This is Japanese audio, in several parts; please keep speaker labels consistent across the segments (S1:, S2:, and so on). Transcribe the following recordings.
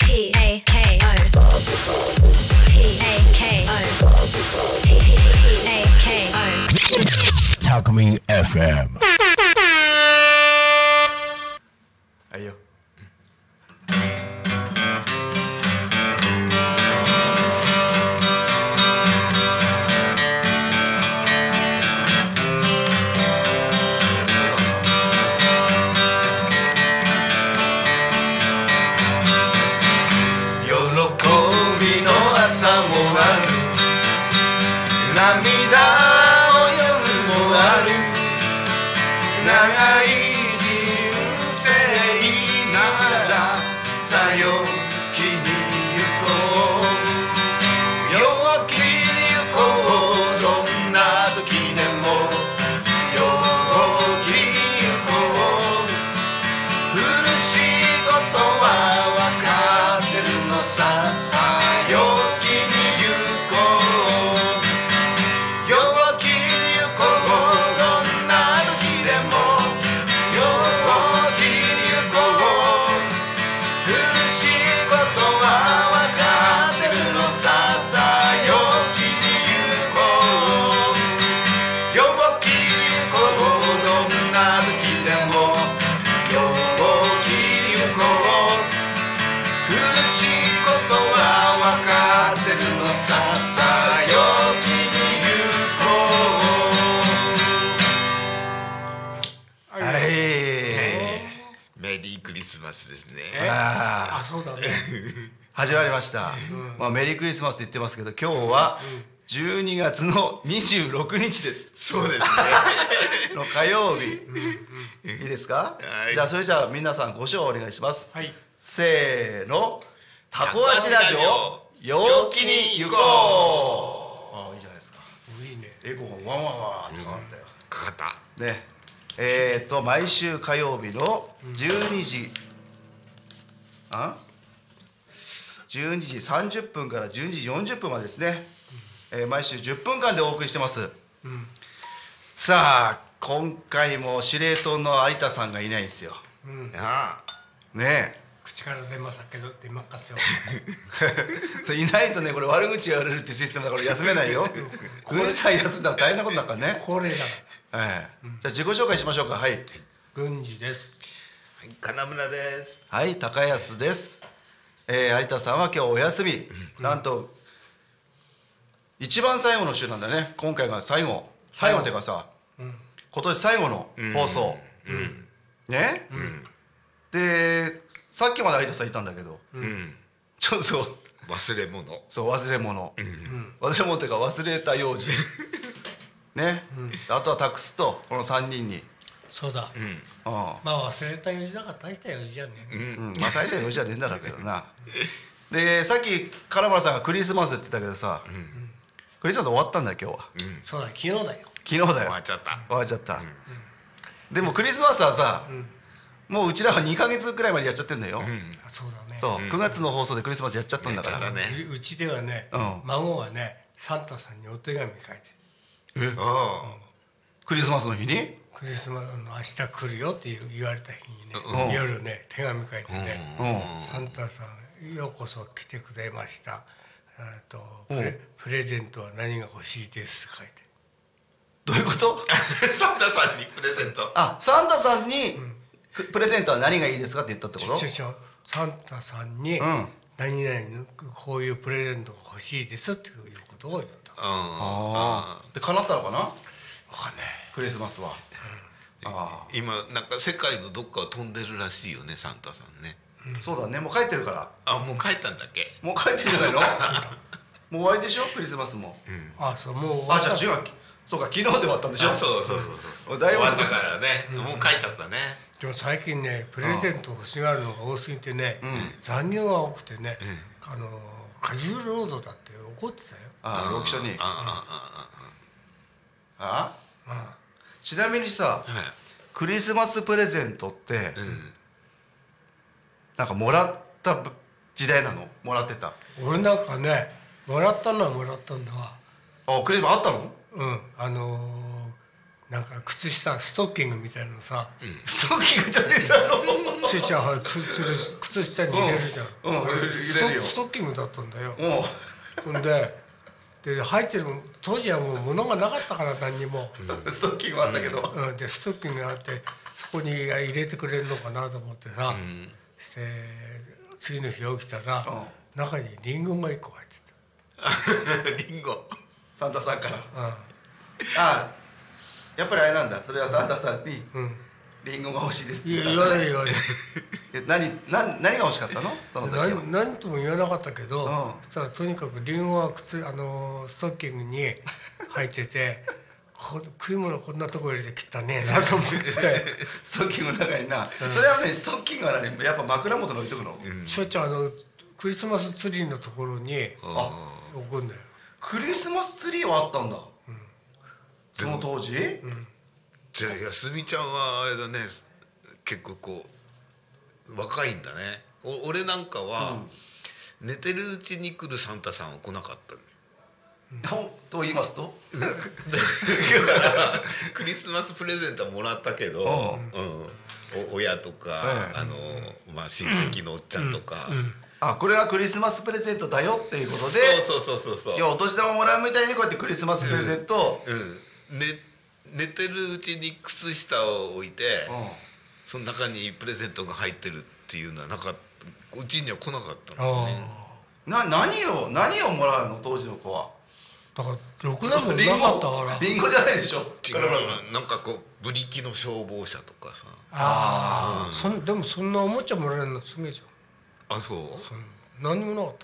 S1: P A K O. P A K O. P A K O.
S2: Talkme FM.
S3: はいよ喜びの朝もある涙の夜もある長い人生ならさよきに行こう陽気に行こうどんな時でも陽気に行こう苦しいことは分かってるのささ陽気に行こう陽気に行こうどんな時でも陽気に行こう苦しいことは分かってるのささ陽気に行こう陽気に行こうどんな時でも陽気に行こう苦しいことは分かってるのささ陽気に
S4: あ
S3: 行こう
S4: りがとう
S3: はい
S5: メリークリスマスですね
S3: あ
S4: あそうだね
S3: ー始まりました、まあ、メリークリスマスって言ってますけど今日は12月の26日です
S5: そうですね
S3: の火曜日いいですか、
S5: はい
S3: じゃあそれじゃあ皆さんご唱お願いします、
S4: はい
S3: せーのタコ足ラジオ陽気に行こうああいいじゃないですか
S4: いいね
S3: 英語がワンワンワンってかかったよ、
S5: かかった
S3: ねえー、と毎週火曜日の12時、あ12時30分から12時40分までですね、えー毎週10分間でお送りしてます、さあ今回も司令塔の有田さんがいないんですよ
S4: うん
S5: ああ
S3: ね
S4: 口から出ますけど出まっかすよ
S3: え いないとねこれ悪口言われるってシステムだから休めないよこれさえ休んだら大変なことだからね、
S4: これだ
S3: ええじゃあ自己紹介しましょうかはい
S4: 軍事です
S5: はい金村です
S3: はい、高安です。えー、有田さんは今日お休み、なんと。一番最後の週なんだね、今回が最後、最後っていうかさ、今年最後の放送。ね、で、さっきまで有田さんいたんだけど、
S5: うん
S3: ちょっと、
S5: 忘れ物
S3: そう忘れ物、忘れ物っていうか忘れた用事。ね、あとは託すと、この三人に、
S4: そうだ
S3: うん、
S4: まあ忘れた用事だから大した用事じゃね
S3: うん、まあ大した用事じゃねえんだろうけどなでさっき金村さんがクリスマスって言ったけどさ、クリスマス終わったんだよ今日は
S4: そうだ昨日だよ
S3: 昨日だ
S5: 終
S3: よ
S5: わっちゃった
S3: 終わっちゃった、でもクリスマスはさ、もううちらは2か月くらいまでやっちゃってんだよ、
S4: あそうだね
S3: そう、9月の放送でクリスマスやっちゃったんだから、
S5: やっちゃったね
S4: ううちではね、
S3: うん
S4: 孫がねサンタさんにお手紙書いて
S5: おお
S3: クリスマスの日に
S4: クリスマスの明日来るよっていう言われた日にね、
S3: うん
S4: 夜ね手紙書いてね、
S3: うん、
S4: サンタさんようこそ来てくれましたえっとプ
S3: うん
S4: レプレゼントは何が欲しいですって書いて
S3: どういうこと
S5: サンタさんにプレゼント
S3: あサンタさんに、くプレゼントは何がいいですかって言ったって
S4: ち
S3: こ
S4: ょ
S3: と
S4: ちょちょサンタさんに
S3: ん
S4: 何々のこういうプレゼントが欲しいですっていうことを言った
S5: うん
S3: ああで叶ったのかな
S4: わかんない
S3: クリスマスは、あ
S5: 今なんか世界のどっかを飛んでるらしいよねサンタさんね
S3: あそうだねもう帰ってるから
S5: あもう帰ったんだっけ
S3: もう帰ってんじゃ ないのもう終わりでしょクリスマスも、
S4: あそうもう終わ
S3: あ
S4: っ
S3: じ
S4: た
S3: ゃあ違うそうか昨日で終わったんでしょ
S5: あそうそうそうそうそう
S3: だい
S5: 終
S3: ぶ
S5: わったからね、もう帰っちゃったね
S4: でも最近ねプレゼント欲しがるのが多すぎてね、残業が多くてね、あの過重労働だって怒ってたよ
S3: あローキションにあ
S5: あ
S3: あちなみにさ
S5: あああはい
S3: クリスマスプレゼントってなんかもらった時代なのもらってた
S4: 俺なんかねもらったのはもらったんだわ
S3: あクリスマスあったの
S4: うんあのーなんか靴下ストッキングみたいなのさ、
S3: ストッキングじゃねえだろ
S4: ちっちゃいほらつつる靴下に入れるじゃん、
S3: うんうん入れるよ
S4: ストストッキングだったんだよ、
S3: もう
S4: ほんでで入ってる当時はもう物がなかったから何にも、
S3: ストッキングはあったけど、
S4: うん、でストッキングがあってそこに入れてくれるのかなと思ってさ、して次の日起きたら、中にリンゴが1個入って
S5: リンゴ
S3: サンタさんから
S4: た、うん
S3: あやっぱりあれなんだそれはサンタさんに
S4: うん、
S3: 「リンゴが欲しいです」って
S4: い
S3: 言
S4: や
S3: った
S4: 言
S3: ん
S4: わ
S3: だ
S4: な
S3: ね
S4: い言 わない
S3: え何何何が欲しかったのその時は
S4: 何何とも言わなかったけど、
S3: うん
S4: そしたらとにかくリンゴは靴あのーストッキングに入ってて こ食い物こんなとこ入れて汚ねえなと思って
S3: ストッキングの中にな、それはねストッキングはねやっぱ枕元に置いとくの、
S4: しょっちゅうあのクリスマスツリーのところに
S5: あ
S4: 置くんだよ
S3: クリスマスツリーはあったんだ、その当時、
S5: じゃあすみちゃんはあれだね結構こう若いんだねお俺なんかは、寝てるうちに来るサンタさんは来なかったの
S3: ほ
S5: よ
S3: んと言いますと
S5: クリスマスプレゼントはもらったけど、うん、お親とか、あのまあ、親戚のおっちゃんとか、
S3: あこれはクリスマスプレゼントだよっていうことで
S5: そうそうそうそうそう
S3: いやお年玉もらうみたいにこうやってクリスマスプレゼントを、
S5: うん、寝寝てるうちに靴下を置いて、
S3: うん
S5: その中にプレゼントが入ってるっていうのはなかっうちには来なかったの
S3: な
S4: あ
S3: 何を何をもらうの当時の子は
S4: あだからろくなもんなかったから
S3: リンゴじゃないでしょ
S5: 違
S3: カラムラさん
S5: うななんかこうブリキの消防車とかさ
S4: ああそんでもそんなおもちゃもらえるのすげえじ
S5: あそう
S4: ゃん、うん、何にもなかっ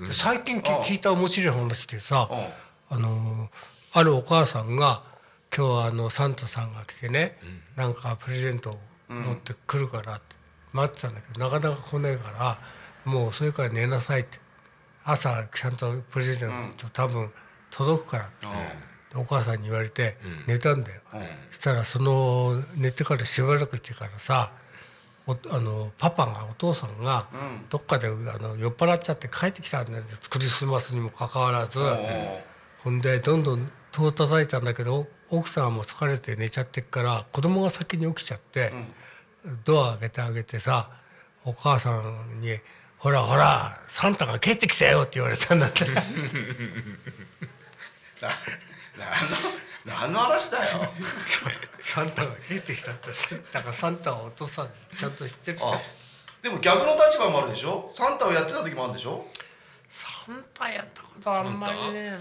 S4: た、で最近き聞いた面白い話でさ、あのーあるお母さんが「今日はあのサンタさんが来てね、なんかプレゼントを持ってくるから」って待ってたんだけどなかなか来ないから「もうそれから寝なさい」って朝ちゃんとプレゼント多分届くからって、でお母さんに言われて寝たんだよ、そしたらその寝てからしばらくしてからさおあのパパがお父さんがどっかであの酔っ払っちゃって帰ってきたんだよクリスマスにもかかわらず。ほんでどんどん戸を叩いたんだけど奥さんはもう疲れて寝ちゃってっから子供が先に起きちゃって、ドア開けてあげてさお母さんに「ほらほらサンタが帰ってきたよ」って言われたんだって
S3: な何の何の話だよ
S4: サンタが帰ってきたってさだからサンタはお父さんちゃんと知ってるじゃん
S3: あでも逆の立場もあるでしょサンタをやってた時もあるでしょ
S4: サンタやったことあんまりねえな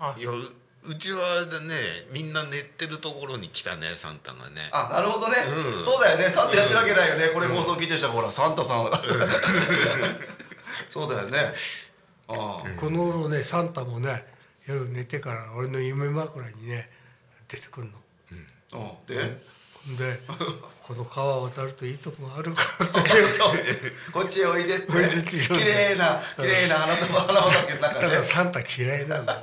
S4: あ
S5: いやううちはあれだねみんな寝てるところに来たねサンタがね
S3: あなるほどね、そうだよねサンタやってるわけないよね、これ放送聞いてる人はほらサンタさんそうだよねああ
S4: この頃ねサンタもね夜寝てから俺の夢枕にね出てくるの。
S3: うんで
S4: でこの川を渡るといいとこがあるからって
S3: こっちへおいでって
S4: おいでって
S3: 綺麗な綺麗な花束花畑の
S4: だ
S3: 中
S4: か
S3: で
S4: らサンタ嫌いなんだよ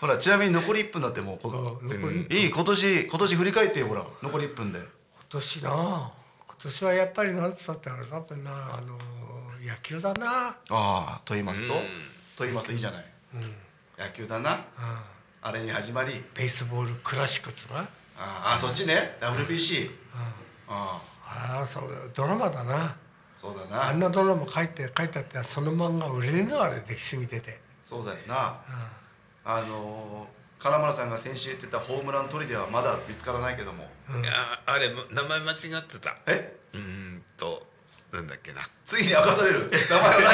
S3: ほらちなみに残り1分だってもう
S4: あ
S3: こ
S4: 残り今
S3: いい今年今年振り返ってよほら残り1分で
S4: 年な今年はやっぱりなんつったってあれだってなあのー野球だな
S3: ああと言いますと、と言いますといいじゃない、野球だなあれに始まり
S4: ベースボールクラシックとか
S3: あーあーそっちね WBC、ああ
S4: ああそうドラマだな
S3: そうだ
S4: あ
S3: なん
S4: なドラマ書いて書いたってその漫画売れるのあれできすぎてて
S3: そうだよな、あのー、金村さんが先週言ってたホームラン取りではまだ見つからないけども
S5: いやあれ名前間違ってた
S3: え
S5: うーんとなんだっけな
S3: 次に明かされる名前は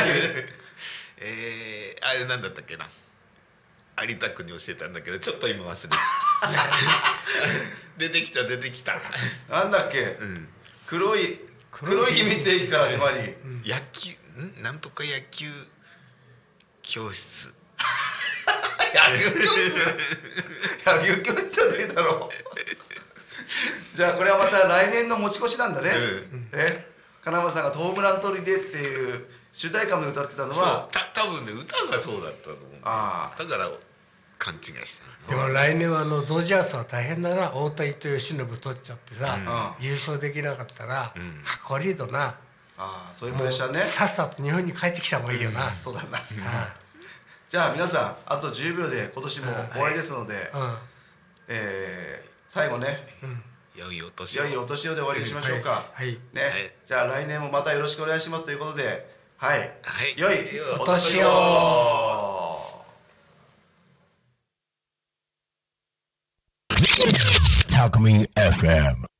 S5: えー、あれなんだったっけな有田君に教えたんだけどちょっと今忘れて 出てきた出てきた
S3: 何なんだっけ、黒い黒い秘密駅から始まり、
S5: 野球んなんとか野球 教室
S3: 野球教室野球教室じゃねえだろじゃあこれはまた来年の持ち越しなんだね、え金村さんが「ホームラン取りで」っていう主題歌も歌ってたの
S5: そう
S3: は
S5: た多分ね歌がそうだったと思う
S3: あ
S5: だから勘違いした
S4: でも来年はあのドジャースは大変だな大谷と由伸取っちゃってさ、優勝できなかったらかっこ悪いとな、
S3: ああそういうプ
S4: も
S3: レ
S4: う
S3: ッシャーね
S4: さっさと日本に帰ってきた方がいいよな、
S3: そうだなじゃあ皆さんあと10秒で今年も終わりですので、
S4: うん
S3: えー最後ね
S5: 良いお年を
S3: 良いお年をで終わりにしましょうか、
S4: はいはい
S3: ね
S5: はい
S3: じゃあ来年もまたよろしくお願いしますということではい、
S5: はい
S3: 良いお年をを
S2: Talk Me FM.